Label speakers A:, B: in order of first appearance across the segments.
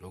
A: 如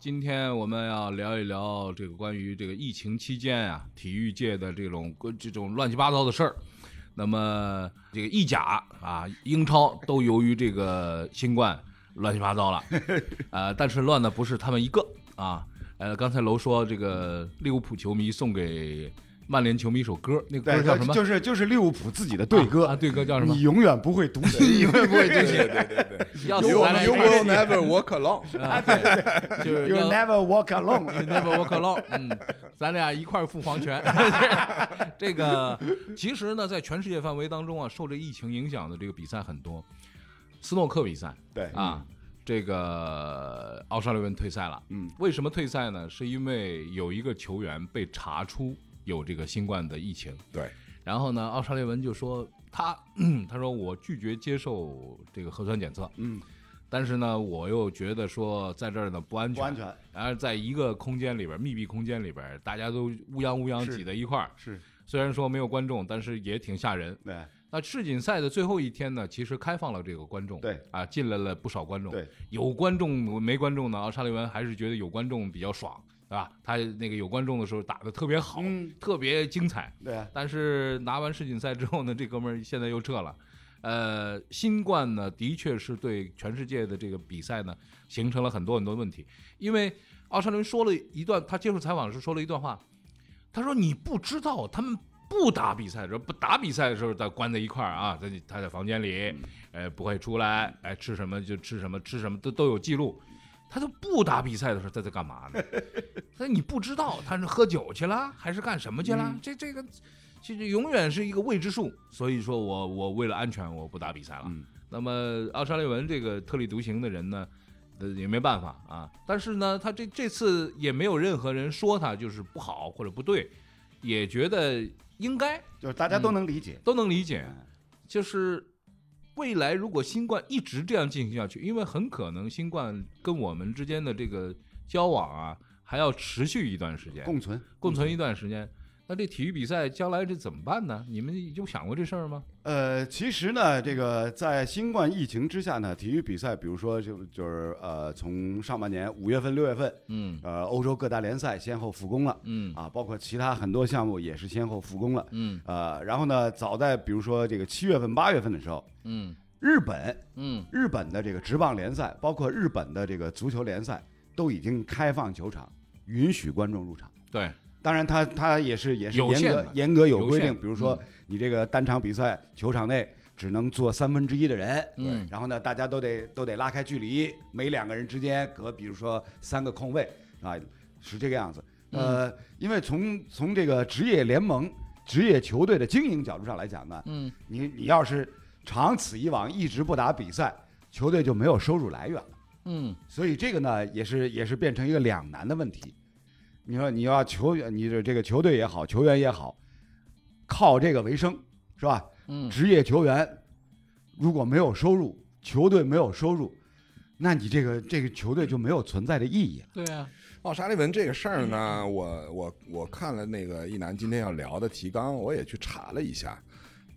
B: 今天我们要聊一聊这个关于这个疫情期间啊，体育界的这种这种乱七八糟的事儿。那么这个意甲啊、英超都由于这个新冠乱七八糟 了，呃，但是乱的不是他们一个啊。呃，刚才楼说这个利物浦球迷送给曼联球迷一首歌，那个歌
C: 对，
B: 叫什么？
C: 就是就是利物浦自己的队歌
B: 啊，队歌叫什么
C: 你？永远不会独
D: 你
C: 行。
D: 们不会这些，对对对
B: 要死
D: ，You
B: 咱俩
D: You
B: 一块儿
D: will never walk alone。
B: 啊，对，就是
C: You
B: 要
C: never walk alone。
B: Never Walk Alone，嗯，咱俩一块儿赴黄泉。 这个其实呢，在全世界范围当中啊，受这疫情影响的这个比赛很多，斯诺克比赛
C: 对，
B: 啊，这个奥沙利文退赛了。
C: 嗯，
B: 为什么退赛呢？是因为有一个球员被查出有这个新冠的疫情。
D: 对，
B: 然后呢，奥沙利文就说他他说我拒绝接受这个核酸检测。
C: 嗯，
B: 但是呢，我又觉得说在这儿呢不安全，
C: 不安全。
B: 然后在一个空间里边，密闭空间里边，大家都乌泱乌泱
C: 是
B: 挤在一块儿。
C: 是，
B: 虽然说没有观众，但是也挺吓人。
C: 对，
B: 那世锦赛的最后一天呢，其实开放了这个观众，
C: 对
B: 啊，进来了不少观众。
C: 对，
B: 有观众没观众呢，奥沙利文还是觉得有观众比较爽，对吧？他那个有观众的时候打的特别好，
C: 嗯
B: 特别精彩。
C: 对，啊
B: 但是拿完世锦赛之后呢，这哥们儿现在又撤了。呃，新冠呢，的确是对全世界的这个比赛呢，形成了很多很多问题。因为奥沙伦说了一段，他接受采访的时候说了一段话，他说：“你不知道他们不打比赛的时候，不打比赛的时候，在关在一块儿啊，在他在房间里，呃，不会出来，哎，吃什么就吃什么，吃什么都都有记录。他都不打比赛的时候，他在干嘛呢？他说你不知道他是喝酒去了，还是干什么去了？这这个其实永远是一个未知数。所以说我我为了安全，我不打比赛了。
C: 嗯
B: 那么奥沙利文这个特立独行的人呢，呃也没办法啊。但是呢，他这这次也没有任何人说他就是不好或者不对，也觉得应该
C: 就是大家
B: 嗯
C: 都能理解。
B: 都能理解。就是未来如果新冠一直这样进行下去，因为很可能新冠跟我们之间的这个交往啊，还要持续一段时间，
C: 共存。
B: 共存一段时间。那这体育比赛将来这怎么办呢？你们有想过这事儿吗？
C: 呃，其实呢，这个在新冠疫情之下呢，体育比赛，比如说就就是呃，从上半年五月份、六月份，
B: 嗯
C: 呃，欧洲各大联赛先后复工了。
B: 嗯
C: 啊，包括其他很多项目也是先后复工了，
B: 嗯
C: 呃，然后呢，早在比如说这个七月份、八月份的时候，
B: 嗯
C: 日本
B: 嗯
C: 日本的这个职棒联赛，包括日本的这个足球联赛，都已经开放球场，允许观众入场。
B: 对，
C: 当然它，它也是也是
B: 有
C: 严
B: 限
C: 格
B: 的嗯
C: 严格有规
B: 有
C: 定，
B: 限
C: 比如说你这个单场比赛，球场内只能坐三分之一的人，
B: 嗯
C: 然后呢，大家都得都得拉开距离，每两个人之间隔，比如说三个空位啊，是这个样子。
B: 嗯
C: 呃，因为从从这个职业联盟、职业球队的经营角度上来讲呢，
B: 嗯，
C: 你你要是长此以往一直不打比赛，球队就没有收入来源了。
B: 嗯
C: 所以这个呢，也是也是变成一个两难的问题。你说你要球员，你这这个球队也好，球员也好，靠这个为生是吧？
B: 嗯
C: 职业球员如果没有收入，球队没有收入，那你这个这个球队就没有存在的意义了。
B: 对啊，
D: 奥沙利文这个事儿
B: 嗯
D: 呢，我我我看了那个一楠今天要聊的提纲，我也去查了一下。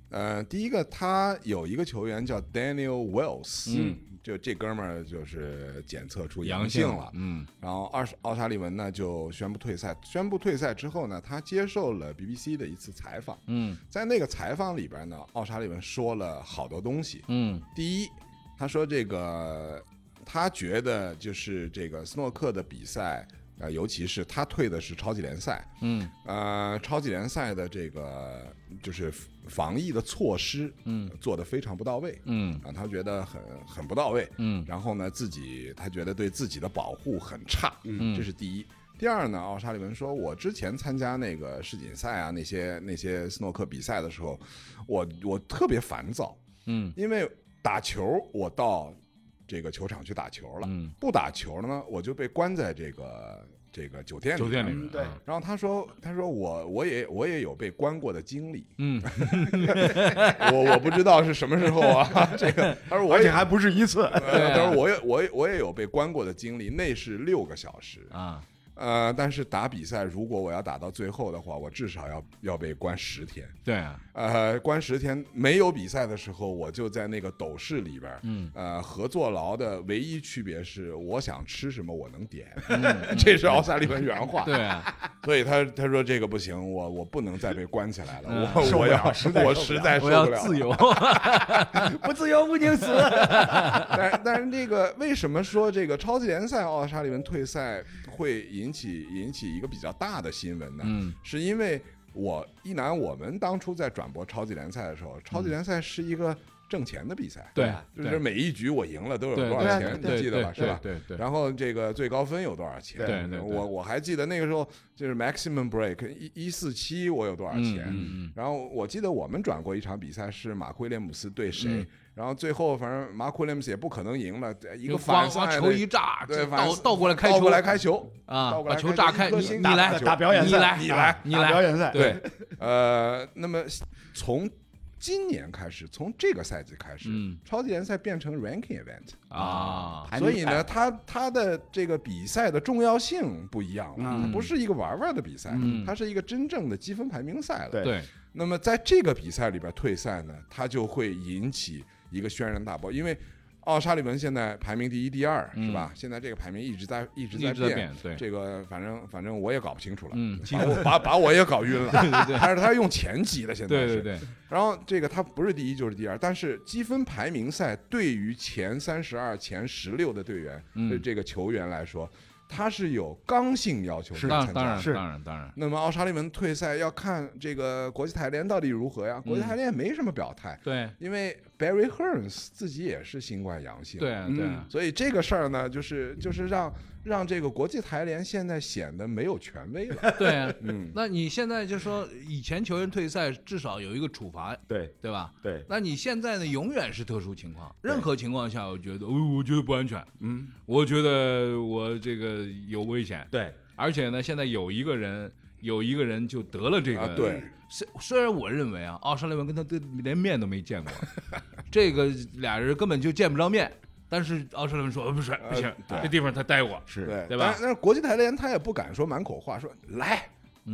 D: 呃，第一个，他有一个球员叫 Daniel Wells，
B: 嗯，
D: 就这哥们儿就是检测出阳
B: 阳
D: 性
B: 了
D: 了，，
B: 嗯
D: 然后奥沙奥沙利文呢就宣布退赛。宣布退赛之后呢，他接受了 BBC 的一次采访，
B: 嗯
D: 在那个采访里边呢，奥沙利文说了好多东西。
B: 嗯
D: 第一，他说这个他觉得就是这个斯诺克的比赛，呃，尤其是他退的是超级联赛，
B: 嗯
D: 呃，超级联赛的这个就是防疫的措施，嗯，做得非常不到位，
B: 嗯
D: 啊，他觉得很很不到位，
B: 嗯
D: 然后呢，自己他觉得对自己的保护很差，嗯，这是第一。第二呢，奥沙利文说，我之前参加那个世锦赛啊，那些那些斯诺克比赛的时候，我我特别烦躁，
B: 嗯
D: 因为打球我到这个球场去打球了，
B: 嗯
D: 不打球了呢，我就被关在这个这个酒店
B: 酒店里
D: 面
B: 面，
C: 对
B: 啊
D: 然后他说：“他说我我也我也有被关过的经历，
B: 嗯，
D: 我我不知道是什么时候 啊。这个他说我
C: 而且
D: 也，
C: 还不啊是一次。
D: 呃他说我也我也我也有被关过的经历，那是六个小时。
B: 啊，
D: 呃，但是打比赛，如果我要打到最后的话，我至少要要被关十天。
B: 对啊，
D: 呃，关十天没有比赛的时候，我就在那个斗室里边，嗯，呃，和坐牢的唯一区别是，我想吃什么我能点，
C: 嗯
D: 这是奥萨利文原话。
B: 对啊，
D: 所以他他说这个不行，我我不能再被关起来了，
B: 嗯
D: 我
C: 受不
D: 我
C: 了
D: 要
C: 实在
D: 我
C: 受不
D: 实
C: 了
D: 在受
B: 我
D: 不
B: 要
D: 了了
B: 自由。
C: 不自由不宁死。
D: 但是但是这个为什么说这个超级联赛奥沙利文退赛会引起引起一个比较大的新闻 呢？
B: 嗯
D: 是因为我一楠我们当初在转播超级联赛的时候，超级联赛是一个挣钱的比赛，
B: 嗯对
D: 啊就是每一局我赢了都有
B: 对
D: 多少
B: 对
D: 钱，
B: 对
D: 你记得吧？
B: 对
D: 是吧？
B: 对对对，
D: 然后这个最高分有多少钱？
C: 对
B: 对对对
D: 我我还记得那个时候就是 maximum break 一一四七我有多少
B: 嗯
D: 钱？
B: 嗯嗯，
D: 然后我记得我们转过一场比赛是马奎廉姆斯对谁，
B: 嗯
D: 然后最后反正马奎廉姆斯也不可能赢了，一个
B: 光
D: 反
B: 光
D: 赛
B: 球
D: 的
B: 一炸，
D: 对反
B: 倒倒过来开球，
D: 倒过来开球，
B: 啊
D: 倒，过
B: 把
D: 来
B: 球
D: 开
B: 炸
D: 球
B: 开，
D: 一颗
B: 你
D: 星
B: 你
D: 打
B: 来
C: 打表演
B: 你
C: 赛
B: 来
D: 你来啊
B: 你
C: 打表
B: 来，
C: 演赛，
B: 对，
D: 呃，那么从今年开始，从这个赛季开始，
B: 嗯
D: 超级联赛变成 ranking event，
B: 啊，
C: 排名
D: 所以呢，它它的这个比赛的重要性不一样了，
C: 嗯
D: 它不是一个玩玩的比赛，
B: 嗯
D: 它是一个真正的积分排名赛了。
C: 对
B: 对，
D: 那么在这个比赛里边退赛呢，它就会引起一个轩然大波，因为奥沙利文现在排名第一、第二，
B: 嗯
D: 是吧？现在这个排名一直在一直
B: 一
D: 在
B: 直在
D: 变。
B: 变，对，
D: 这个反正反正我也搞不清楚了，
B: 嗯，
D: 把我把把我也搞晕了，
B: 对对
D: 但是他用前级的现在
B: 对
D: 是，
B: 对对，
D: 然后这个他不是第一就是第二，但是积分排名赛对于前三十二、前十六的队员，
B: 嗯
D: 呃这个球员来说，他是有刚性要求的参
B: 当
D: 加。
B: 当然
C: 是
B: 当然当然，
D: 那么奥沙利文退赛要看这个国际台联到底如何呀？
B: 嗯
D: 国际台联也没什么表态，
B: 对
D: 因为 Barry Hearns 自己也是新冠阳性。
B: 对啊对啊，
D: 嗯所以这个事儿呢，就是就是让让这个国际台联现在显得没有权威了。
B: 对啊。
D: 嗯，
B: 那你现在就说以前球员退赛至少有一个处罚，
C: 对
B: 对吧？
C: 对，
B: 那你现在呢，永远是特殊情况，任何情况下，我觉得，哦，我觉得不安全，
C: 嗯，
B: 我觉得我这个有危险，
D: 啊
C: 对，
B: 而且呢，现在有一个人，有一个人就得了这个。
C: 呃
D: 啊对，
B: 虽虽然我认为啊，奥沙利文跟他对连面都没见过，这个俩人根本就见不着面。但是奥沙利文说：“呃不是，不行，
D: 啊对
B: 这地方他待过。”
C: 是
D: 对，
B: 对吧
D: 但但是国际台联他也不敢说满口话，说来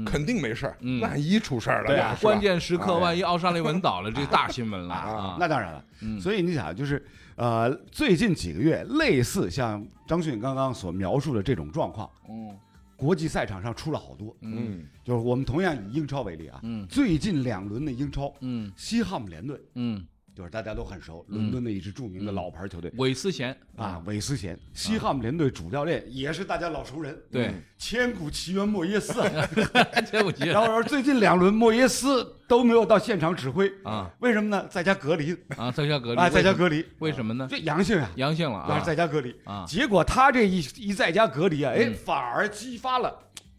D: 肯定没事儿
B: 嗯，
D: 万一出事儿了
C: 对
D: 呀
C: 啊，
D: 是吧
B: 关键时刻，
D: 哎
B: 万一奥沙利文倒 了，这大新闻了
D: 啊
B: 啊！
C: 那当然了。
B: 嗯
C: 所以你想，就是呃，最近几个月，类似像张迅刚刚所描述的这种状况，
B: 嗯
C: 国际赛场上出了好多。
D: 嗯，
C: 就是我们同样以英超为例啊，
B: 嗯
C: 最近两轮的英超，
B: 嗯
C: 西汉姆联队
B: 嗯，
C: 就是大家都很熟，伦敦的一支著名的老牌球队。
B: 韦斯贤
C: 啊，，韦斯贤，西汉姆联队主教练也是大家老熟人，
B: 对，
C: 千古奇冤莫耶斯啊。
B: 结果急
C: 然
B: 了
C: 后然后最近两轮莫耶斯都没有到现场指挥
B: 啊，
C: 为什么呢？在家隔离
B: 啊，在家隔离
C: 啊，在家
B: 离，
C: 隔离，
B: 为什么呢？
C: 这阳性啊，
B: 阳性了
C: 然
B: 啊
C: 后，在家隔离
B: 啊
C: 结果他这一一在家隔离啊，哎，
B: 嗯
C: 反而激发了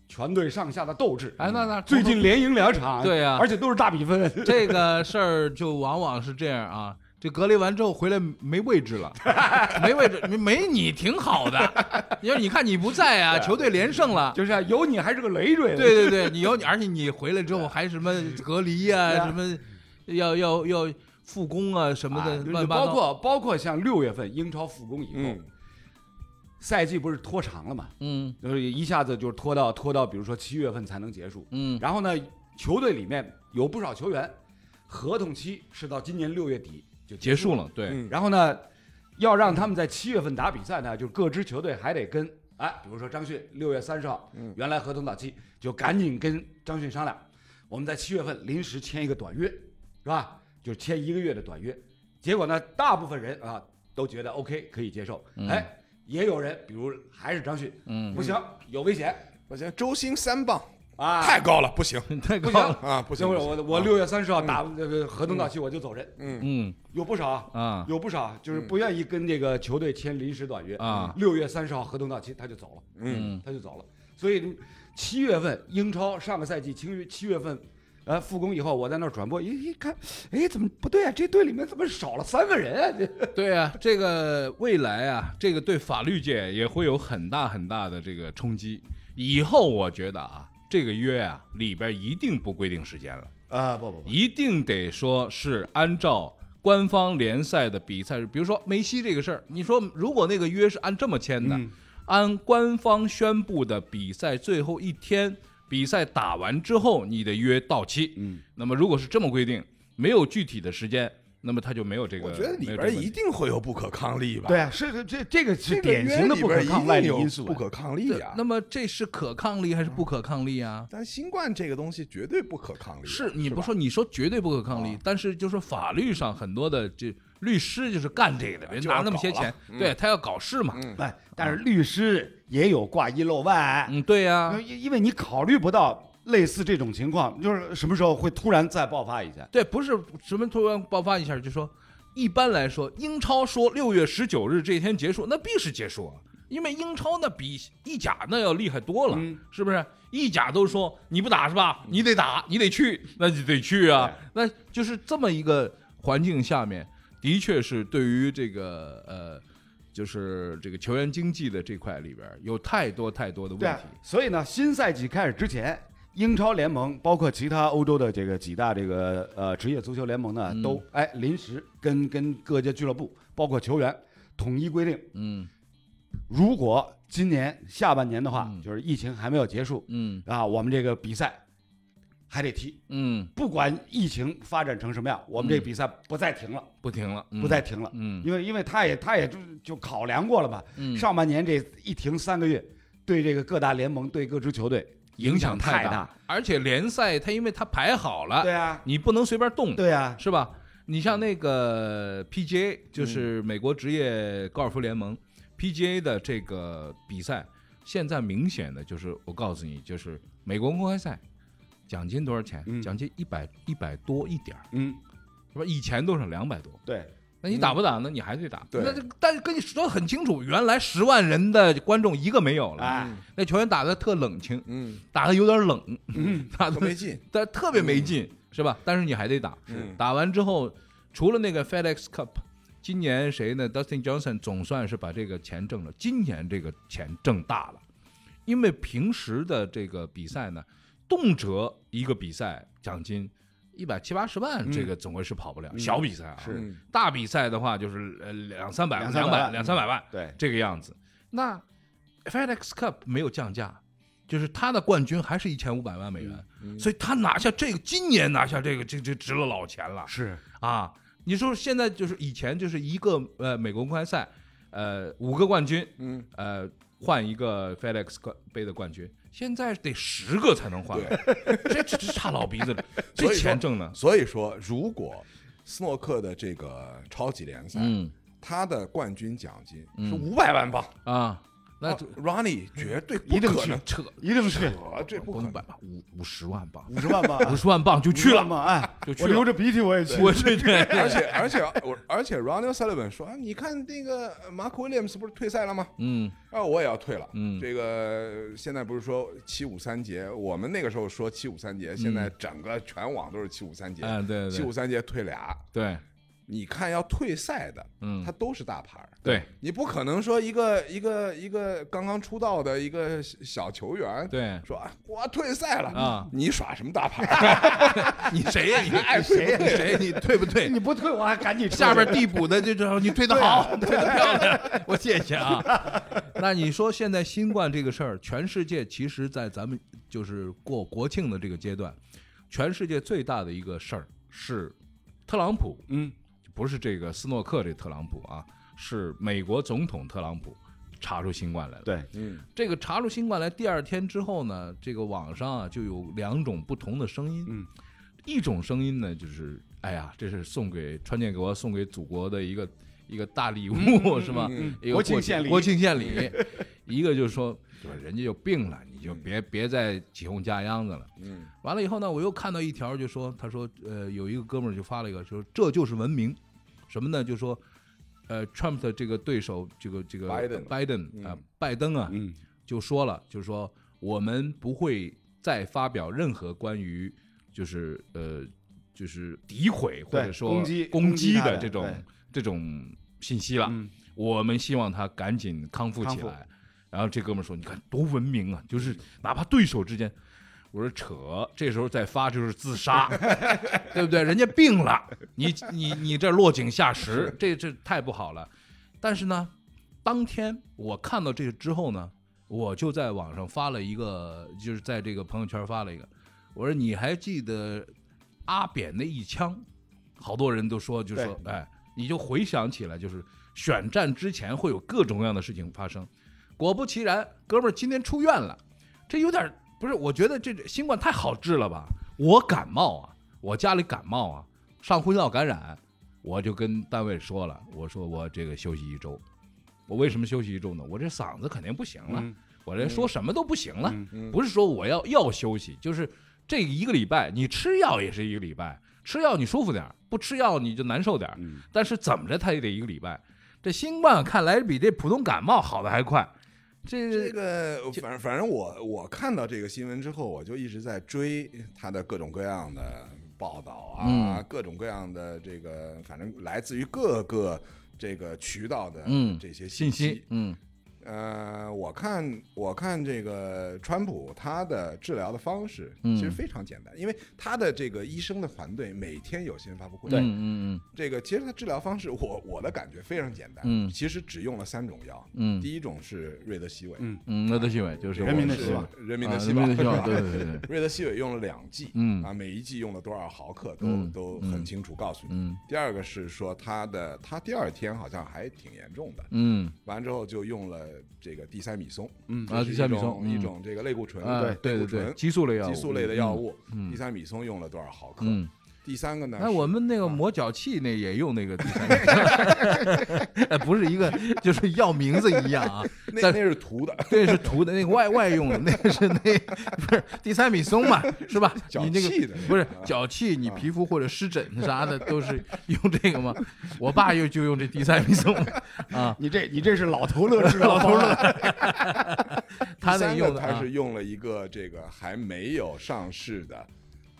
C: 全队上下的斗志。
B: 哎，那那
C: 最近连赢两场，
B: 对啊呀
C: 而且都是大比分，
B: 这个事儿就往往是这样啊，这隔离完之后回来没位置了， 没位置，没没你挺好的，因为你看你不在啊，球队连胜了。
C: 就是啊有你还是个累赘。
B: 对对对，你有 你，而且你回来之后还什么隔离呀、
C: 对啊
B: 什么要要要复工啊什么
C: 啊，
B: 的，
C: 就是
B: 乱七八糟。
C: 包括包括像六月份英超复工以后
D: 嗯，
C: 赛季不是拖长了嘛，
B: 嗯
C: 就是一下子就是拖到拖到，比如说七月份才能结束。
B: 嗯
C: 然后呢，球队里面有不少球员合同期是到今年六月底就
B: 结
C: 束
B: 束了，对，
D: 嗯
C: 然后呢，要让他们在七月份打比赛呢，就是各支球队还得跟哎，比如说张迅六月三十号
D: 嗯
C: 原来合同到期，就赶紧跟张迅商量，我们在七月份临时签一个短约，是吧？就是签一个月的短约。结果呢，大部分人啊都觉得 OK 可以接受，
B: 嗯
C: 哎。也有人，比如还是张迅，
B: 嗯
C: 不行，有危险
D: 我现在周薪三磅
C: 啊，
D: 太高了，不 行
B: 太高
C: 不行
B: 了，
D: 啊，不
C: 不
D: 行，
C: 行，嗯
D: 不
C: 我
D: 行
C: 我我
D: 啊
C: 六月三十号打这个合同到期我就走人，
D: 嗯
B: 嗯
C: 有不少啊，
B: 啊
C: 有不少啊就是不愿意跟这个球队签临时短约
B: 啊
C: 六月三十号合同到期他就走了，
D: 嗯，
C: 他就走了。所以七月份英超上个赛季七月七月份，呃复工以后，我在那儿转播，一一看，哎怎么不对啊？这队里面怎么少了三个人 啊？这
B: 对啊，这个未来啊，这个对法律界也会有很大很大的这个冲击。以后我觉得啊，这个约啊里边一定不规定时间了，
C: 啊，不不不，
B: 一定得说是按照官方联赛的比赛日，比如说梅西这个事儿，你说如果那个约是按这么签的，
C: 嗯
B: 按官方宣布的比赛最后一天比赛打完之后你的约到期，
C: 嗯，
B: 那么如果是这么规定，没有具体的时间，那么他就没有这个，
C: 呃
D: 我觉得里
B: 没有这个
D: 边
B: 问
D: 一
B: 题
D: 定会有不可抗力吧？
C: 对，啊，是是这这个是
D: 这个
C: 典型的
D: 原理
C: 不
D: 里
C: 可
D: 边
C: 抗
D: 一
C: 力
D: 定有
C: 因素啊，
D: 不可抗力
B: 对
D: 啊。
B: 那么这是可抗力还是不可抗力啊？
D: 但新冠这个东西绝对不可抗力啊，
B: 是你不
D: 吧
B: 说，你说绝对不可抗力
D: 啊，
B: 但是就是说法律上很多的这律师就是干这个的，人
D: 就要
B: 拿那么些
D: 搞了
B: 钱，对他要搞事嘛，
D: 嗯
C: 哎，但是律师也有挂一漏万，
B: 嗯，对呀、
C: 因为因为你考虑不到类似这种情况，就是什么时候会突然再爆发一下。
B: 对，不是什么突然爆发一下就说，一般来说，英超说六月十九日这一天结束，那必是结束啊，因为英超那比意甲那要厉害多了，
C: 嗯
B: 是不是？意甲都说你不打是吧？你得打，你得去，那就得去啊，那就是这么一个环境下面，的确是对于这个呃。就是这个球员经济的这块里边儿有太多太多的问
C: 对啊
B: 题，，
C: 所以呢，新赛季开始之前，英超联盟包括其他欧洲的这个几大这个呃职业足球联盟呢，
B: 嗯
C: 都哎临时跟跟各界俱乐部，包括球员统一规定，
B: 嗯
C: 如果今年下半年的话，
B: 嗯
C: 就是疫情还没有结束
B: 嗯
C: 啊，我们这个比赛还得踢，
B: 嗯，
C: 不管疫情发展成什么样，我们这个比赛不再停了，
B: 不停了，嗯
C: 不再停了。
B: 嗯
C: 因为因为他也他也就就考量过了嘛，
B: 嗯
C: 上半年这一停三个月，对这个各大联盟对各支球队
B: 影响
C: 响太
B: 大，。而且联赛它因为它排好了，
C: 对啊，
B: 你不能随便动，
C: 对啊，
B: 是吧？你像那个 PGA，就是
C: 嗯
B: 美国职业高尔夫联盟、PGA 的这个比赛，现在明显的就是我告诉你，就是美国公开赛奖金多少钱？
C: 嗯
B: 奖金一百一百多一点儿，
C: 嗯，
B: 是吧？以前多少两百多。
C: 对，
B: 那你打不打呢？你还得
C: 嗯
B: 打。
D: 对
B: 那这但是跟你说得很清楚，原来十万人的观众一个没有了，
C: 哎，
B: 那球员打的特冷清，
D: 嗯，
B: 打的有点冷，
C: 嗯，
B: 打
D: 特
B: 的
D: 没劲。
B: 但特别没劲，是吧？但是你还得打，
C: 嗯
D: 是
B: 打完之后，除了那个 FedEx Cup，今年谁呢？Dustin Johnson 总算是把这个钱挣了，今年这个钱挣大了，因为平时的这个比赛呢，动辄一个比赛奖金一百七八十万，这个总归是跑不了，小比赛啊，
C: 嗯是
B: 大比赛的话就是呃两三百、两
C: 两三百嗯
B: 百、两三百万
C: 对，
B: 这个样子。那 FedEx Cup 没有降价，就是他的冠军还是一千五百万美元。
D: 嗯
B: 所以他拿下这个，今年拿下这个，这这值了老钱了
C: 是，
B: 啊！你说现在就是以前就是一个呃美国公开赛，呃五个冠军，
D: 嗯，
B: 呃换一个 FedEx 冠杯的冠军，现在得十个才能换，这这这差老鼻 子了，这
D: 所以说
B: 钱挣的，
D: 所以说，如果斯诺克的这个超级联赛，
B: 嗯
D: 他的冠军奖金是
B: 嗯
D: 五百万镑，
B: 啊，那
D: 啊
B: 就
D: Ronnie 绝对不
C: 一定
D: 可
C: 去
D: 能，
B: 扯
C: 一定是
D: 扯这不
B: 不
D: 可
B: 能
D: 能
B: 百。万五五十万吧，
C: 五十万吧，
B: 五十万镑就去了，
C: 嘛，哎，
B: 就去
C: 我
B: 了
C: 流着鼻涕我也去，
B: 我去对，
D: 而且 而且我而且 Ronnie Sullivan 说，啊你看那个马可 Williams 不是退赛了吗？
B: 嗯
D: 啊，我也要退了。
B: 嗯
D: 这个现在不是说七五三节，我们那个时候说七五三节，现在整个全网都是七五三节。
B: 嗯对
D: 七
B: 对
D: 五三节退俩，
B: 对，
D: 你看要退赛的，
B: 嗯
D: 他都是大牌儿。
B: 对
D: 你不可能说一个一个一个刚刚出道的一个小球员，
B: 对，
D: 说啊我退赛了
B: 啊
D: 你耍什么大牌儿？
B: 你谁呀你？
D: 爱退
C: 谁呀
D: 不退？
B: 哎谁？你啊退不退？
C: 你不退我还赶紧出 去
B: 下边递补的就知道你推的好，推的漂亮，我谢谢啊。 那你说现在新冠这个事儿，全世界其实，在咱们就是过国庆的这个阶段，全世界最大的一个事儿是特朗普，
C: 嗯，
B: 不是这个斯诺克这特朗普啊，是美国总统特朗普查出新冠来了。
C: 对，
D: 嗯
B: 这个查出新冠来第二天之后呢，这个网上啊就有两种不同的声音。
C: 嗯，
B: 一种声音呢就是，哎呀，这是送给川建国、送给祖国的一个一个大礼物，是吧？
D: 嗯
B: 一个
C: 国庆献礼
B: 国庆献 礼。一个就是说，对吧？人家有病了，你就别、别再起哄架秧子了。
D: 嗯
B: 完了以后呢，我又看到一条，就说他说，呃，有一个哥们儿就发了一个，说这就是文明，什么呢？就说，呃，Trump 的这个对手，这个这个
D: Biden
B: 拜登啊
D: 嗯，
B: 拜登啊，
C: 嗯，
B: 就说了，就是说我们不会再发表任何关于就是呃就是诋毁或者
C: 对
B: 说
C: 攻击
B: 攻击
C: 攻击他的
B: 的这种
C: 对
B: 这种信息了。
C: 嗯
B: 我们希望他赶紧康复
C: 康
B: 起
C: 复
B: 来。然后这哥们儿说：“你看多文明啊，就是哪怕对手之间。”我说扯，这时候再发就是自 杀，对不对？人家病了，你你你这落井下石，这这太不好了。但是呢，当天我看到这个之后呢，我就在网上发了一个，就是在这个朋友圈发了一个，我说你还记得阿扁那一枪？好多人都说，就说哎，你就回想起来，就是选战之前会有各种各样的事情发生。果不其然，哥们儿今天出院了，这有点儿不是？我觉得这新冠太好治了吧？我感冒啊，我家里感冒啊，上呼吸道感染，我就跟单位说了，我说我这个休息一周。我为什么休息一周呢？我这嗓子肯定不行了，
C: 嗯
B: 我这说什么都不行了。
C: 嗯
D: 嗯
B: 不是说我要要休息，就是这一个礼拜你吃药也是一个礼拜，吃药你舒服点儿，不吃药你就难受点儿。
C: 嗯，
B: 但是怎么着它也得一个礼拜。这新冠看来比这普通感冒好的还快，这
D: 这个反反正我我看到这个新闻之后，我就一直在追他的各种各样的报道啊，
B: 嗯
D: 各种各样的这个，反正来自于各个这个渠道的
B: 嗯
D: 这些
B: 信
D: 息。
B: 息，嗯
D: 呃，我看我看这个川普他的治疗的方式
B: 嗯
D: 其实非常简单，因为他的这个医生的团队每天有新闻发布会。
B: 嗯嗯
D: 这个其实他治疗方式我，我的感觉非常简单，
B: 嗯
D: 其实只用了三种药，
B: 嗯
D: 第一种是瑞德西韦，
C: 嗯
B: 嗯，那德西伟就是
C: 人民的
B: 我是
C: 希望，
D: 人民
B: 啊
D: 的希
B: 人
D: 望，
B: 民的希
D: 是吧
B: 望，对对对对，
D: 瑞德西韦用了两剂，
B: 嗯
D: 啊，每一剂用了多少毫克都、
B: 嗯
D: 都很清楚告诉你。
B: 嗯
D: 第二个是说他的他第二天好像还挺严重的，
B: 嗯
D: 完之后就用了这个地塞米松，
C: 嗯
D: 这
B: 啊
D: 是
B: 地塞米
D: 一种
B: 松
D: 一
B: 嗯
D: 种这个类固醇，
B: 啊
D: 类
B: 对
D: 固
B: 对对，
D: 醇
B: 激素类药物，
D: 激素类的药物，
B: 嗯
D: 地塞米松用了多少毫克？
B: 嗯，
D: 第三个呢？
B: 那我
D: 是
B: 们那个
D: 啊
B: 磨脚器那也用那个地塞米，哎不是一个， 就是药名字一样啊。
D: 那
B: 但
D: 那是涂的，
B: 那是涂的，那个外外用的，那个是那不是地塞米松嘛，是吧？
D: 脚
B: 你那
D: 气的
B: 个
D: 那个
B: 不是
D: 啊
B: 脚气，你
D: 啊
B: 皮肤或者湿疹啥的都是用这个吗？我爸又就用这地塞米松 啊，
C: 你这你这是老头乐治疗方案，
B: 他那
D: 第三
B: 用
D: 个
B: 的
D: 他
B: 啊
D: 是用了一个这个还没有上市的，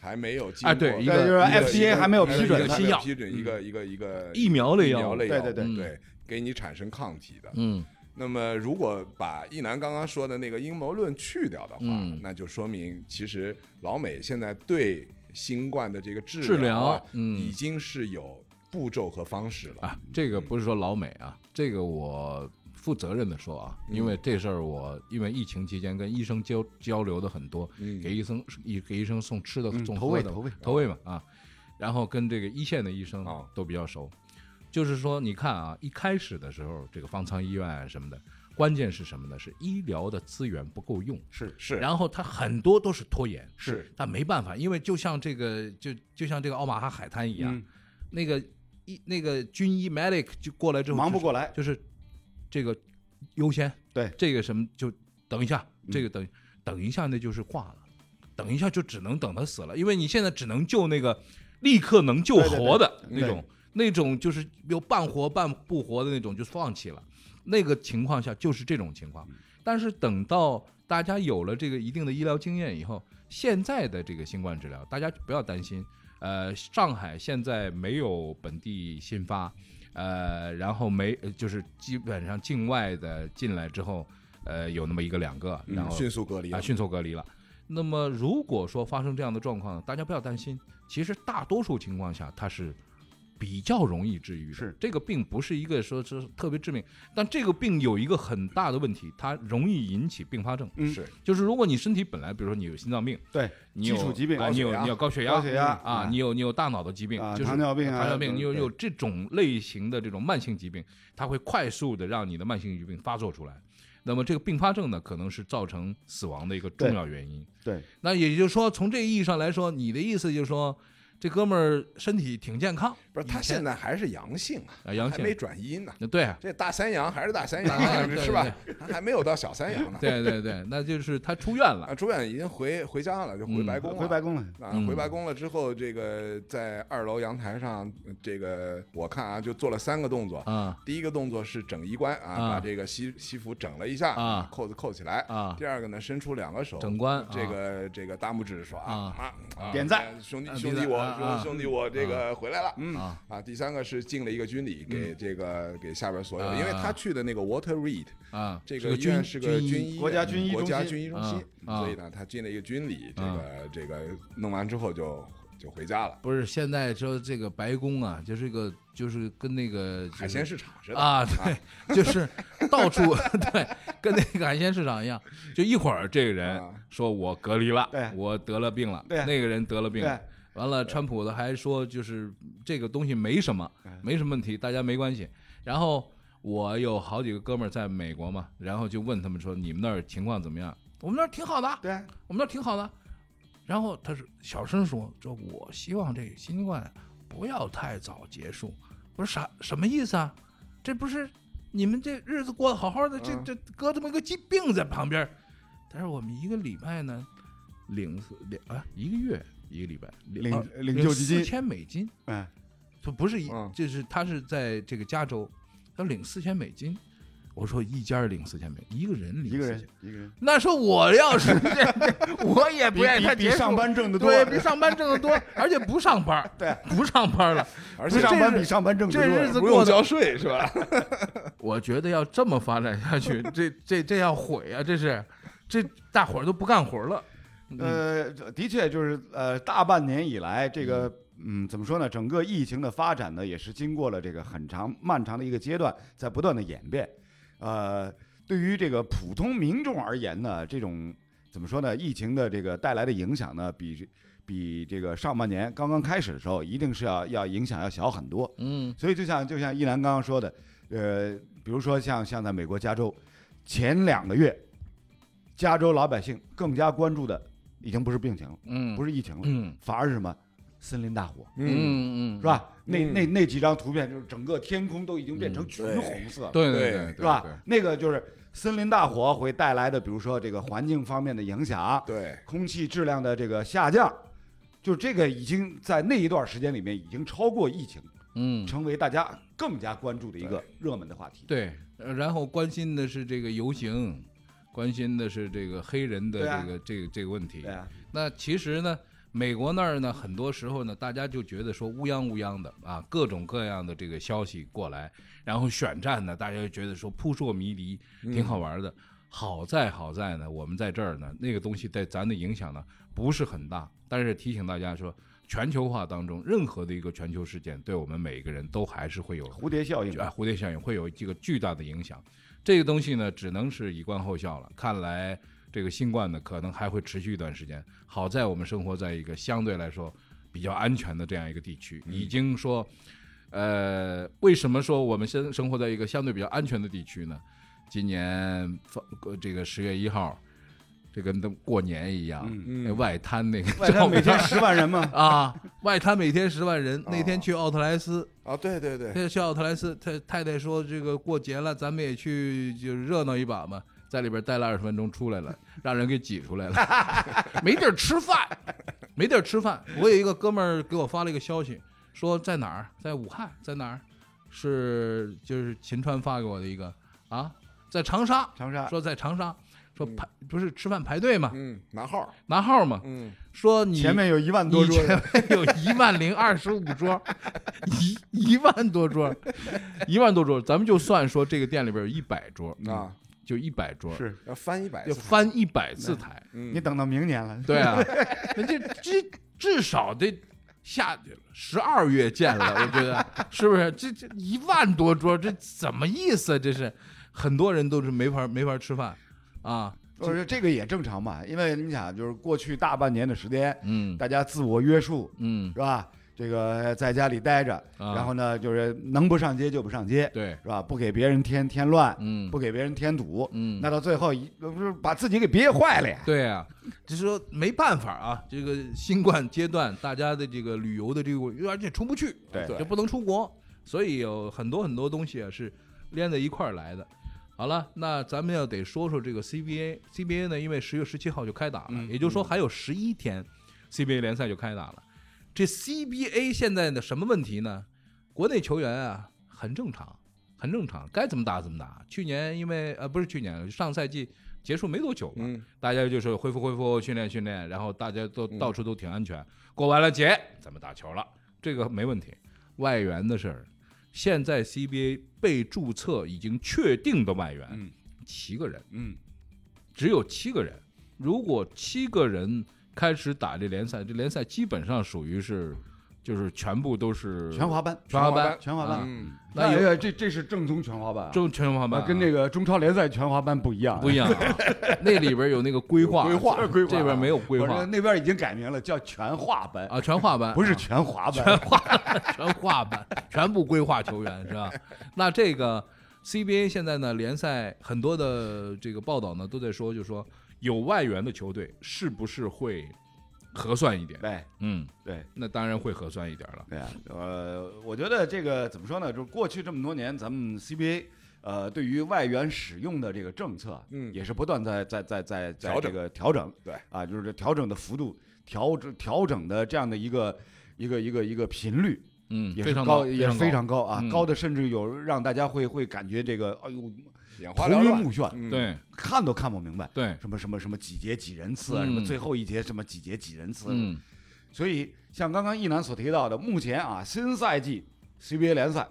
D: 还没有经
B: 哎
D: 过
B: 对一
C: 对，
B: 个
C: 就是说
D: 一个
C: FDA 还没有批
B: 一
C: 准
B: 个
C: 呢
B: 新药
D: 批准一个一个一个
B: 疫苗类
D: 疫
B: 药
D: 苗
B: 物
D: 类
C: 对
D: 药
C: 对对
D: 物
B: 嗯
D: 对，给你产生抗体的。
B: 嗯
D: 那么，如果把一楠刚刚说的那个阴谋论去掉的话，
B: 嗯
D: 那就说明其实老美现在对新冠的这个治
B: 治
D: 疗啊
B: 疗嗯
D: 已经是有步骤和方式
C: 嗯
D: 了。
B: 啊，这个不是说老美啊，这个我负责任的说啊，因
C: 嗯
B: 为这事儿我因为疫情期间跟医生交交流的很多，
D: 嗯
B: 给医生医给医生送吃的
C: 嗯
B: 送
C: 投
B: 喝
C: 喂
B: 的
C: 投喂哦
B: 投喂嘛啊，然后跟这个一线的医生
D: 啊
B: 都比较熟，就是说你看啊，一开始的时候这个方舱医院啊什么的，关键是什么呢？是医疗的资源不够用。
C: 是
D: 是，
B: 然后它很多都是拖延，
D: 是，
B: 但没办法，因为就像这个就就像这个奥马哈海滩一样，
C: 嗯
B: 那个一那个军医 medic 就过来之后
C: 忙不
B: 就是
C: 过来，
B: 就是这个优先，
C: 对嗯
B: 这个什么就等一下，这个等、等一下那就是挂了，等一下就只能等他死了，因为你现在只能救那个立刻能救
C: 对对对
B: 活的
C: 对
B: 那种，那种就是有半活半不活的那种就放弃了，那个情况下就是这种情况，
C: 嗯
B: 但是等到大家有了这个一定的医疗经验以后，现在的这个新冠治疗，大家不要担心。呃，上海现在没有本地新发，呃，然后没呃就是基本上境外的进来之后，呃，有那么一个两个，然
D: 嗯
B: 后
D: 迅速隔离
B: 啊
D: 了。
B: 迅速隔离了。那么如果说发生这样的状况，大家不要担心，其实大多数情况下它是。比较容易治愈的，
C: 是
B: 这个病不是一个说是特别致命，但这个病有一个很大的问题，它容易引起并发症。
C: 嗯
D: 是
B: 就是如果你身体本来，比如说你有心脏病，
C: 对，
B: 你有
C: 基础疾病
B: 啊你有你有高血压，
C: 高血压
B: 啊，你有你有大脑的疾病，
C: 啊
B: 就是
C: 糖尿病啊
B: 糖尿病，
C: 都
B: 你有
C: 对
B: 有这种类型的这种慢性疾病，它会快速的让你的慢性疾病发作出来。那么这个并发症呢，可能是造成死亡的一个重要原因。
C: 对，
B: 那也就是说，从这意义上来说，你的意思就是说，这哥们儿身体挺健康，
D: 不是他
B: 以前
D: 现在还是阳性啊，
B: 啊阳
D: 还没
B: 性，
D: 转阴呢。
B: 那对啊，
D: 这大三阳还是大三
B: 大三阳
D: 阳， 是吧
B: 对？
D: 他还没有到小三阳呢。
B: 对对对，那就是他出院
D: 啊，
B: 了，
D: 主演已经回回家了，就回
B: 嗯
D: 白宫了。
C: 回白宫了，
D: 啊
B: 嗯，
D: 回白宫了之后，这个在二楼阳台上，呃这个我看啊，就做了三个动作。
B: 啊
D: 第一个动作是整衣冠
B: 啊
D: 啊，把这个西西服整了一下
B: 啊
D: 扣子扣起来。
B: 啊
D: 第二个呢，伸出两个手，
B: 整冠啊
D: 这个这个大拇指说
B: 啊
D: 啊啊，
C: 点赞
D: 兄弟
B: 啊
D: 兄
B: 点
D: 弟
B: 赞
D: 我
B: 啊
A: 啊
D: 说
A: 啊
D: 兄弟，我这个回来了，嗯
A: 啊
D: 啊，第三个是敬了一个军礼给这个给下边所有
A: 啊，
D: 因为他去的那个 Water Reed
A: 啊，
D: 这
A: 是
D: 个医院
A: 军
D: 是个军
A: 医
D: 医，
C: 国家军医
D: 国家
C: 中心
D: 军医中心，
A: 啊啊
D: 所以呢，他进了一个军礼，这个这个弄完之后就就回家了，
A: 不是现在说这个白宫啊，就是一个就是跟那个就是
D: 海
B: 嗯
D: 鲜市场似的
A: 啊，对，就是到处 对，跟那个海鲜市场一样，就一会儿这个人
D: 啊
A: 说我隔离了，
C: 对
A: 我得了病了，
C: 对
A: 那个人得了病了
C: 对，
A: 完了，川普的还说就是这个东西没什么，没什么问题，大家没关系。然后我有好几个哥们儿在美国嘛，然后就问他们说你们那儿情况怎么样？我们那儿挺好的，
C: 对啊，
A: 我们那儿挺好的。然后他是小声说：“说我希望这个新冠不要太早结束。”我说啥什么意思啊？这不是你们这日子过得好好的，这
D: 嗯
A: 这搁这么一个疾病在旁边儿。他说我们一个礼拜呢，领四领啊一个月一个礼拜
C: 领
A: 啊
C: 领救济金
A: 四千美金，
C: 嗯，
A: 不不是一
D: 嗯
A: 就是他是在这个加州，他领四千美金。我说一家领四千美，一个人领
C: 一个
A: 4000
C: 人一个人
A: 那说我要是我也不
C: 比
A: 愿意他
C: 比
A: 结
C: 比
A: 束
C: 上班挣得多，
A: 对比上班挣得多，而且不上班，
C: 对，
A: 不上班 了。
D: 而
C: 不
D: 且
C: 上班
A: 这
C: 比上班挣得
A: 这
C: 多，
A: 日子
D: 不
A: 过
D: 用交
A: 得，
D: 税是吧？
A: 我觉得要这么发展下去，这这这要毁啊！这是，这大伙儿都不干活了。嗯
C: 呃，这的确就是呃，大半年以来，这个嗯，怎么说呢？整个疫情的发展呢，也是经过了这个很长漫长的一个阶段，在不断的演变。呃，对于这个普通民众而言呢，这种怎么说呢？疫情的这个带来的影响呢，比比这个上半年刚刚开始的时候，一定是要要影响要小很多。
A: 嗯
C: 所以就像就像一楠刚刚说的，呃，比如说像像在美国加州，前两个月，加州老百姓更加关注的已经不是病情了，
A: 嗯，
C: 不
A: 是，
C: 是疫情了，
A: 嗯
C: 反而是什么森林大火，
A: 嗯嗯，
C: 是？吧？那
D: 嗯
C: 那那几张图片就是整个天空都已经变成橘红色了，
A: 对
D: 对
A: 对对，
C: 是吧？那个就是森林大火会带来的，比如说这个环境方面的影响，
D: 对，
C: 空气质量的这个下降。就这个已经在那一段时间里面已经超过疫情，
A: 嗯，
C: 成为大家更加关注的一个热门的话题。
A: 对。
C: 嗯
A: 呃然后关心的是这个游行，关心的是这个黑人的
C: 对啊
A: 这个这个这个问题。
C: 对啊，
A: 那其实呢，美国那儿呢，很多时候呢，大家就觉得说乌泱乌泱的啊，各种各样的这个消息过来，然后选战呢，大家就觉得说扑朔迷离，挺好玩的。好在好在呢，我们在这儿呢，那个东西对咱的影响呢不是很大，但是提醒大家说，全球化当中任何的一个全球事件，对我们每一个人都还是会有
C: 蝴蝶效应
A: 啊，蝴蝶效应会有这个巨大的影响。这个东西呢，只能是以观后效了。看来这个新冠呢，可能还会持续一段时间。好在我们生活在一个相对来说比较安全的这样一个地区，
C: 嗯
A: 已经说，呃，为什么说我们生生活在一个相对比较安全的地区呢？今年放呃这个十月一号，这跟过年一样，那外滩那个
C: 嗯外滩
A: 照
C: 每
A: 片
C: 天十万人嘛，
A: 啊，外滩每天十万人。那天
D: 哦
A: 去奥特莱斯，
D: 啊，对对对，
A: 那小奥特莱斯他太太说：“这个过节了，咱们也去就是热闹一把嘛。”在里边待了二十分钟，出来了，让人给挤出来 了，没地儿吃饭，没地儿吃饭。我有一个哥们儿给我发了一个消息，说在哪儿，在武汉，在哪儿？是就是秦川发给我的一个啊，在长沙，
C: 长沙
A: 说在长沙，说排不是吃饭排队嘛，
D: 嗯，拿号，
A: 拿号嘛，
D: 嗯，
A: 说你
C: 前面有一万多桌
A: 以，前有一万零二十五桌，一一万多桌，一万多桌，咱们就算说这个店里边有一百桌，
D: 啊，
A: 就一百桌，
C: 是
D: 要翻一百
A: 就
D: 次，
A: 翻一百次台，
D: 嗯，
C: 你等到明年了。
A: 对啊，那这至至少得下十二月见了，我觉得是不是？这这一万多桌，这怎么意思啊？这是很多人都是没法没法吃饭啊，
C: 我说这个也正常嘛，因为你想，就是过去大半年的时间，
A: 嗯
C: 大家自我约束
A: 嗯，
C: 是吧？这个在家里待着，
A: 啊
C: 然后呢，就是能不上街就不上街，
A: 对，
C: 是吧？不给别人添添乱，
A: 嗯
C: 不给别人添堵，
A: 嗯
C: 那到最后一不是把自己给憋坏了呀？
A: 对啊，就是说没办法啊，这个新冠阶段，大家的这个旅游的这个，而且出不去，
C: 对
A: 就不能出国，所以有很多很多东西啊是连在一块儿来的。好了，那咱们要得说说这个 CBA，CBA 呢，因为十月十七号就开打了，也就是说还有十一天，CBA 联赛就开打了。这 CBA 现在的什么问题呢？国内球员啊很正常，很正常，该怎么打怎么打。去年因为呃不是去年上赛季结束没多久嘛，
D: 嗯
A: 大家就是恢复恢复训练训练，然后大家都
C: 嗯
A: 到处都挺安全。过完了节，咱们打球了，这个没问题。外援的事儿，现在 CBA 被注册已经确定的外援、
C: 嗯
A: 七个人，
C: 嗯，
A: 只有七个人。如果七个人开始打这联赛，这联赛基本上属于是就是全部都是
C: 全华班，
A: 全华
D: 班
C: 全华班
A: 啊
D: 嗯，
A: 那有
C: 有这这是正宗全华班啊，
A: 中全华班、
C: 啊跟那
A: 个
C: 个中超联赛全华班不一样啊，
A: 不一样、 啊，那里边有那个规划，
C: 规划规划
A: 这边没有规
C: 我
A: 划
C: 这那边已经改名了，叫全华班，
A: 啊，全华班
C: 不是
A: 啊
C: 全华班，
A: 全化班， 全部规划球员是吧？那这个 CBA 现在呢，联赛很多的这个报道呢，都在说，就说有外援的球队是不是会核算一点？
C: 对
A: 嗯，
C: 对。
A: 那当然会核算一点了。
C: 对啊，呃，我觉得这个怎么说呢？就是过去这么多年，咱们 CBA 呃对于外援使用的这个政策，啊
D: 嗯
C: 也是不断在在在在在
D: 调
C: 这
D: 整
C: 个调整，
D: 对
C: 啊，就是这调整的幅度、调整调整的这样的一个一个一个一个频率，
A: 嗯，
C: 也
A: 非
C: 是
A: 常
C: 高，
A: 高，
C: 也非常高啊
A: 嗯，
C: 高的甚至有让大家会会感觉这个，哎呦，
D: 眼花
C: 头
D: 缭
C: 晕
D: 乱，
C: 目眩，
D: 嗯，
A: 对
C: 看都看不明白。
A: 对，
C: 什么什么什么几节几人次啊，
A: 嗯
C: 什么最后一节什么几节几人次，
A: 嗯
C: 所以，像刚刚一楠所提到的，目前啊，新赛季 CBA 联赛，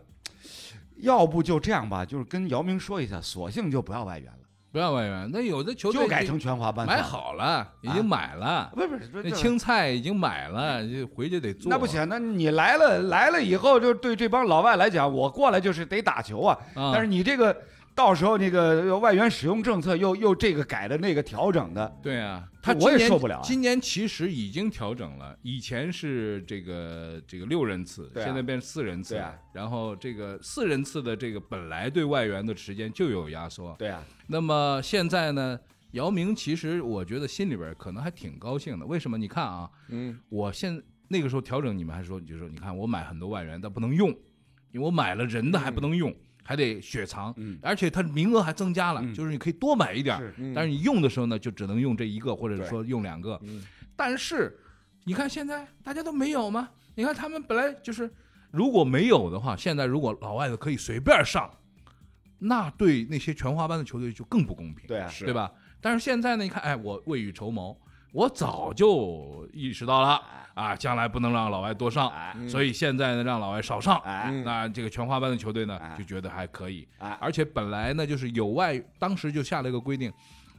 C: 要不就这样吧，就是跟姚明说一下，索性就不要外援了，
A: 不要外援，那有的球队
C: 就改成全华班。
A: 买，好了，已经买了，
C: 不是不是，这
A: 那
C: 啊
A: 啊
C: 这嗯
A: 青菜已经买了，就回去得做。
C: 那不行，那你来了来了以后，就对这帮老外来讲，我过来就是得打球啊，
A: 啊，
C: 但是你这个。到时候那个外援使用政策又又这个改的那个调整的，
A: 对啊，他
C: 我
A: 今
C: 也
A: 年
C: 受不了啊
A: 今年其实已经调整了，以前是这个这个六人次，
C: 对啊
A: 现在变四人次。
C: 对啊
A: 然后这个四人次的这个本来对外援的时间就有压缩。
C: 对啊，
A: 那么现在呢，姚明其实我觉得心里边可能还挺高兴的。为什么？你看啊，
D: 嗯，
A: 我现那个时候调整，你们还说，你就说，你看我买很多外援，但不能用，因为我买了人的还不能用，还得雪藏，
C: 嗯
A: 而且它名额还增加了，
C: 嗯
A: 就是你可以多买一点儿，
C: 是嗯
A: 但是你用的时候呢，就只能用这一个，或者
D: 对
A: 说用两个。
D: 嗯
A: 但是你看现在大家都没有吗？你看他们本来就是，如果没有的话，现在如果老外的可以随便上，那对那些全华班的球队就更不公平。
C: 对啊，
D: 是
A: 对？吧？但是现在呢，你看，哎，我未雨绸缪，我早就意识到了啊，将来不能让老外多上，所以现在呢，让老外少上。
C: 哎
D: 嗯
A: 那这个全华班的球队呢
C: 哎，
A: 就觉得还可以
C: 哎，
A: 而且本来呢，就是有外，当时就下了一个规定，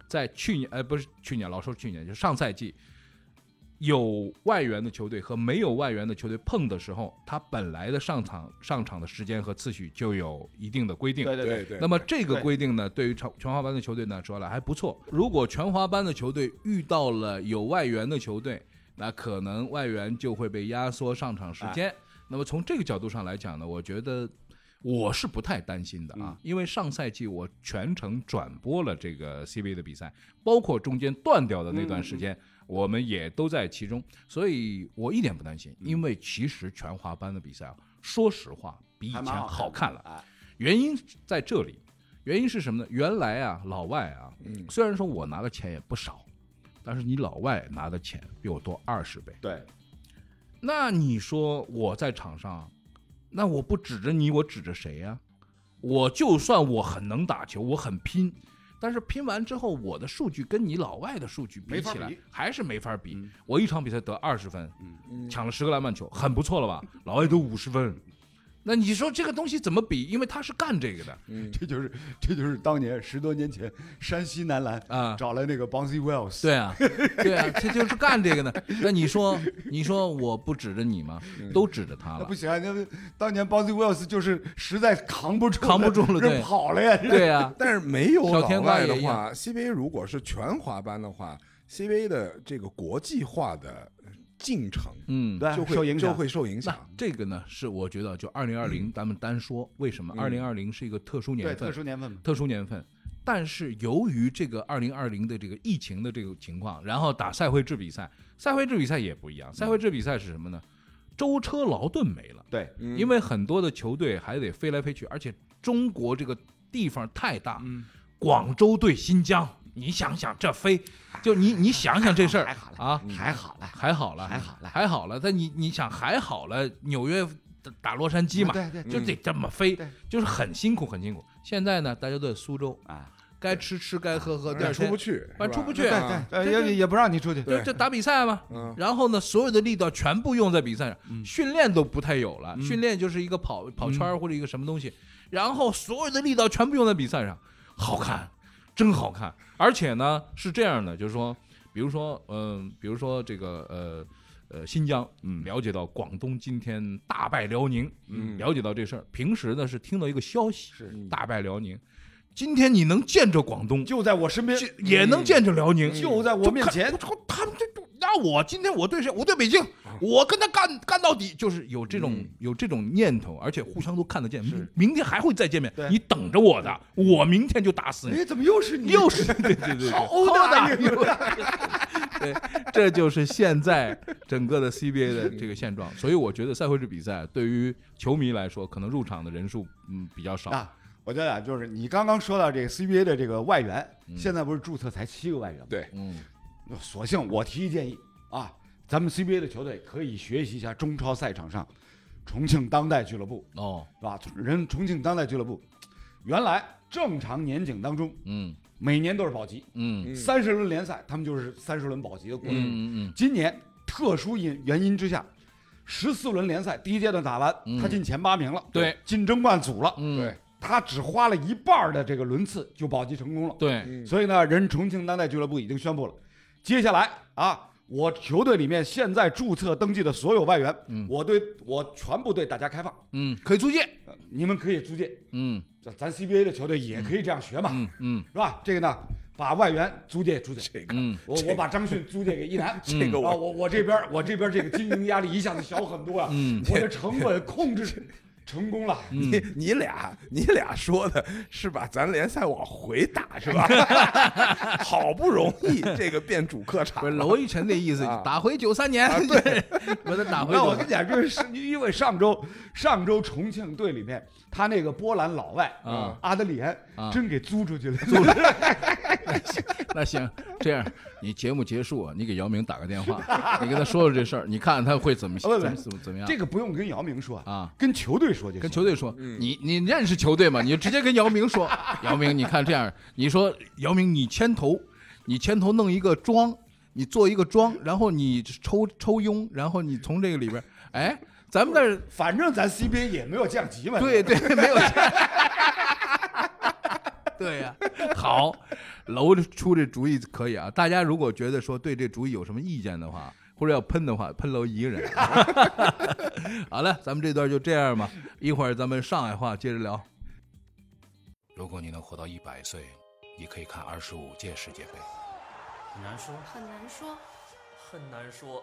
A: 在去年，呃，不是去年，老说去年，就上赛季。有外援的球队和没有外援的球队碰的时候，他本来的上场上场的时间和次序就有一定的规定。
C: 对对
D: 对对，
A: 那么
D: 对
A: 这个
C: 对
A: 规定呢，对于全全华班的球队呢，说了还不错。如果全华班的球队遇到了有外援的球队，那可能外援就会被压缩上场时间。那么从这个角度上来讲呢，我觉得我是不太担心的啊，因为上赛季我全程转播了这个 CBA 的比赛，包括中间断掉的那段时间。我们也都在其中，所以我一点不担心，因为其实全华班的比赛啊，说实话比以
C: 还
A: 前
C: 蛮哎
A: 好看了。
C: 了，
A: 原因在这里，原因是什么呢？原来啊，老外啊，
D: 嗯
A: 虽然说我拿的钱也不少，但是你老外拿的钱比我多二十倍。
C: 对，
A: 那你说我在场上，那我不指着你，我指着谁呀、我就算我很能打球，我很拼，但是拼完之后，我的数据跟你老外的数据比
C: 没法
A: 起来
C: 比
A: 还是没法比。
C: 嗯
A: 我一场比赛得二十分，
D: 嗯
A: 抢了十个篮板球，很不错了吧？
C: 嗯
A: 老外都五十分。那你说这个东西怎么比？因为他是干这个的
D: 嗯
C: 这就是这就是当年十多年前山西男篮
A: 啊，
C: 找来那个 Bouncy Wells，
A: 对啊，对啊，他就是干这个的。那你说，你说我不指着你吗？都指着他
C: 那
A: 了
C: 不。行，啊那当年 Bouncy Wells 就是实在扛不住，
A: 扛不住了对
C: 人跑了呀，人
A: 对啊，
D: 但是没有
A: 小
D: 老
A: 天
D: 外
A: 花
D: 的
A: 也一
D: 话，CBA 如果是全华班的话，CBA 的这个国际化的进程
A: 嗯，
C: 对啊
D: 就
C: 受
D: 会
C: 影
D: 就
C: 响，
D: 会受影
A: 那
D: 响。
A: 这个呢，是我觉得就二零二零，咱们单说为什么二零二零是一个特殊
C: 嗯对
A: 年
C: 特
A: 份，
C: 殊年份嘛，
A: 特殊年份。但是由于这个二零二零的这个疫情的这个情况，然后打赛会制比赛，赛会制比赛也不一样。赛会
C: 嗯
A: 制比赛是什么呢？舟车劳顿没了，
C: 对，
D: 嗯
A: 因为很多的球队还得飞来飞去，而且中国这个地方太大，
C: 嗯，
A: 广州对新疆，你想想这飞，就你你想想这事儿
C: 哎还好了嗯
A: 啊，
C: 还好了，
A: 还好了，
C: 还好了
A: 还好了。但你你想还好了，纽约打打洛杉矶嘛，
C: 啊
A: 嗯
C: 对对嗯
A: 就得这么飞
C: 对，
A: 就是很辛苦很辛苦。现在呢，大家都在苏州，
C: 啊，
A: 该吃吃，该喝喝，第二
D: 但出
A: 天
D: 不去，
A: 反正
D: 是吧
A: 出不去啊
D: 啊
C: 呃
A: 这这
C: 也也不让你出去，
A: 就就打比赛嘛。
D: 嗯
A: 然后呢，所有的力道全部用在比赛上，训练都不太有了，
D: 嗯
A: 训练就是一个跑跑圈儿或者一个什么东西，然后所有的力道全部用在比赛上，好看，真好看。而且呢是这样的，就是说，比如说，嗯、比如说这个呃。呃，新疆，嗯，了解到广东今天大败辽宁，
D: 嗯
A: 了解到这事儿。平时呢是听到一个消息，
C: 是
A: 大败辽宁，今天你能见着广东，
C: 就在我身边，
A: 见也能见着辽宁，
C: 嗯就在我面前
A: 我，操，他们这种，那我今天我对谁？我对北京，我跟他干干到底，就是有这种、有这种念头，而且互相都看得见。明明天还会再见面
C: 对，
A: 你等着我的，我明天就打死你。
C: 哎，怎么又是你？
A: 又是对对对对，
C: 欧大爷，
A: 对， 这就是现在整个的 CBA 的这个现状。所以我觉得赛会制比赛对于球迷来说，可能入场的人数嗯比较少。
C: 啊，我觉得啊，就是你刚刚说到这个 CBA 的这个外援，现在不是注册才七个外援吗？
D: 对，
A: 嗯，
C: 索性我提一建议啊，咱们 CBA 的球队可以学习一下中超赛场上重庆当代俱乐部，
A: 哦，
C: 是吧？人重庆当代俱乐部原来正常年景当中，
A: 嗯
C: 每年都是保级，
A: 嗯
D: 嗯
C: 三十轮联赛他们就是三十轮保级的过程。
A: 嗯嗯
C: 今年特殊因原因之下，十四轮联赛第一阶段打完，
A: 嗯
C: 他进前八名了，
A: 对，
C: 进争冠组了，
A: 嗯，
D: 对
C: 他只花了一半儿的这个轮次就保级成功了。
A: 对，
D: 嗯
C: 所以呢，人重庆当代俱乐部已经宣布了，接下来啊，我球队里面现在注册登记的所有外援，
A: 嗯
C: 我对我全部对大家开放，
A: 嗯，可以租借，
C: 呃你们可以租借，
A: 嗯
C: 咱咱 CBA 的球队也可以这样学嘛，
A: 嗯嗯
C: 是吧？这个呢，把外援租借出去。
D: 这个
A: 嗯，
C: 我我把张迅租借给一南，
D: 这
C: 啊，
D: 个我
C: 我我这边我这边这个经营压力一下子小很多啊，
A: 嗯
C: 我的成本控制成功了，
D: 你
C: 嗯
D: 你俩你俩说的是把咱联赛往回打是吧？ 好不容易这个变主客场
A: 不
D: 了，
A: 是娄艺晨的意思，
D: 啊
A: 打回九三年， 对，把他 打回
C: 那我
A: 九
C: 跟你讲，这是因为上周上周重庆队里面，他那个波兰老外
A: 啊
C: 阿德里安
A: 啊
C: 真给租出去了，
A: 那行，这样你节目结束啊，你给姚明打个 电话，你跟他说说这事儿，你看他会怎么
C: 不不
A: 怎么怎么 怎么样
C: 这个不用跟姚明说
A: 啊，
C: 跟球队说就行。
A: 跟球队说，你你认识球队吗？你就直接跟姚明说，姚明，你看这样，你说姚明，你牵头，你牵头弄一个庄，你做一个庄，然后你抽抽佣，然后你从这个里边，哎，咱们这儿
C: 反正咱 CBA 也没有降级嘛。
A: 对，对，没有钱。 对呀、好，楼出这主意可以啊。大家如果觉得说对这主意有什么意见的话，或者要喷的话，喷楼一个人。啊 好了，咱们这段就这样吧，一会儿咱们上海话接着聊。
E: 如果你能活到一百岁，你可以看二十五届世界杯。
F: 很难说，
G: 很难说，
F: 很难说，